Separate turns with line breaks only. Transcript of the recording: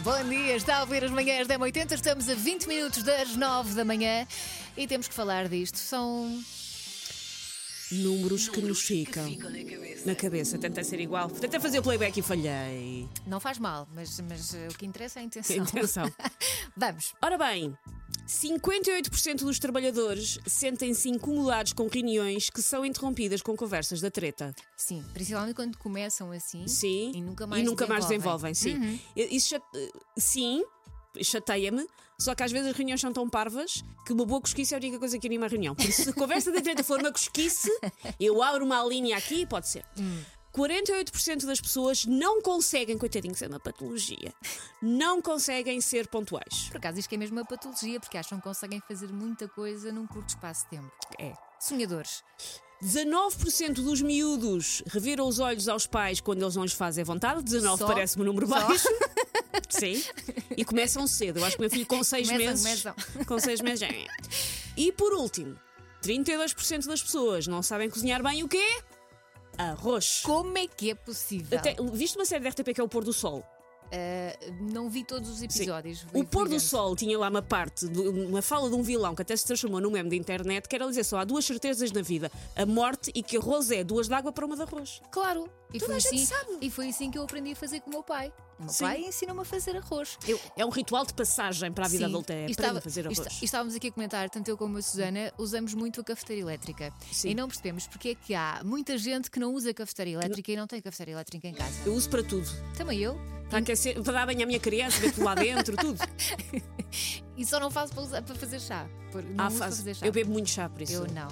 Bom dia, está a ouvir as manhãs da 80 estamos a 20 minutos das 9 da manhã e temos que falar disto. São.
Números que nos ficam na cabeça. Tentei ser igual. Tentei fazer o playback e falhei.
Não faz mal, mas, mas eh, o que interessa é a intenção.
Que intenção.
Vamos.
Ora bem, 58% dos trabalhadores sentem-se incomodades com reuniões que são interrompidas com conversas da treta.
Sim, principalmente quando começam assim
Sim.
e nunca mais
E nunca mais
desenvolvem. Uhum.
desenvolvem, sim. Isso chate- Sim, chateia-me. Só que às vezes as reuniões são tão parvas que uma boa cosquice é a única coisa que anima a reunião. Por isso, se a conversa da treta for uma cosquice, eu abro uma linha aqui e pode ser.
Hum.
48% das pessoas não conseguem, coitadinho, isso é uma patologia, não conseguem ser pontuais.
Por acaso, isto é mesmo uma patologia, porque acham que conseguem fazer muita coisa num curto espaço de tempo.
É.
Sonhadores.
19% dos miúdos reviram os olhos aos pais quando eles não lhes fazem vontade. 19
Só?
parece-me um número
Só?
baixo. Sim. E começam cedo. Eu acho que o meu filho com 6
Começam,
meses.
começam.
Com 6 meses já é. E por último, 32% das pessoas não sabem cozinhar bem o quê? Arroz.
Como é que é possível?
Até- viste uma série de RTP que é o Pôr do Sol?
Ah, não vi todos os episódios.
O
fui-
Pôr
fui vendo.
do Sol tinha lá uma parte, de- uma fala de um vilão que até se transformou num meme da internet, que era dizer só: há duas certezas na vida, a morte e que arroz é duas de água para uma de arroz.
Claro. E
Toda
foi,
a gente
assim,
sabe.
e foi assim que eu aprendi a fazer com o meu pai. O meu
Sim.
pai ensinou-me a fazer arroz.
É um ritual de passagem para a vida
Sim.
adulta, é
E
aprenda
estava-
a fazer
e
arroz.
esta- e estávamos aqui a comentar, tanto eu como a Susana, usamos muito a cafeteira elétrica.
Sim.
E não percebemos porque é que há muita gente que não usa cafeteira elétrica e não tem cafeteira elétrica em casa.
Eu uso para tudo.
Também eu.
Para, aquecer, para dar banho à minha criança, ver tudo lá dentro, tudo.
E só não faço para, usar- para fazer chá. Por- Não
Há
uso para
fase-
fazer chá.
Eu bebo muito chá, por isso.
Eu não.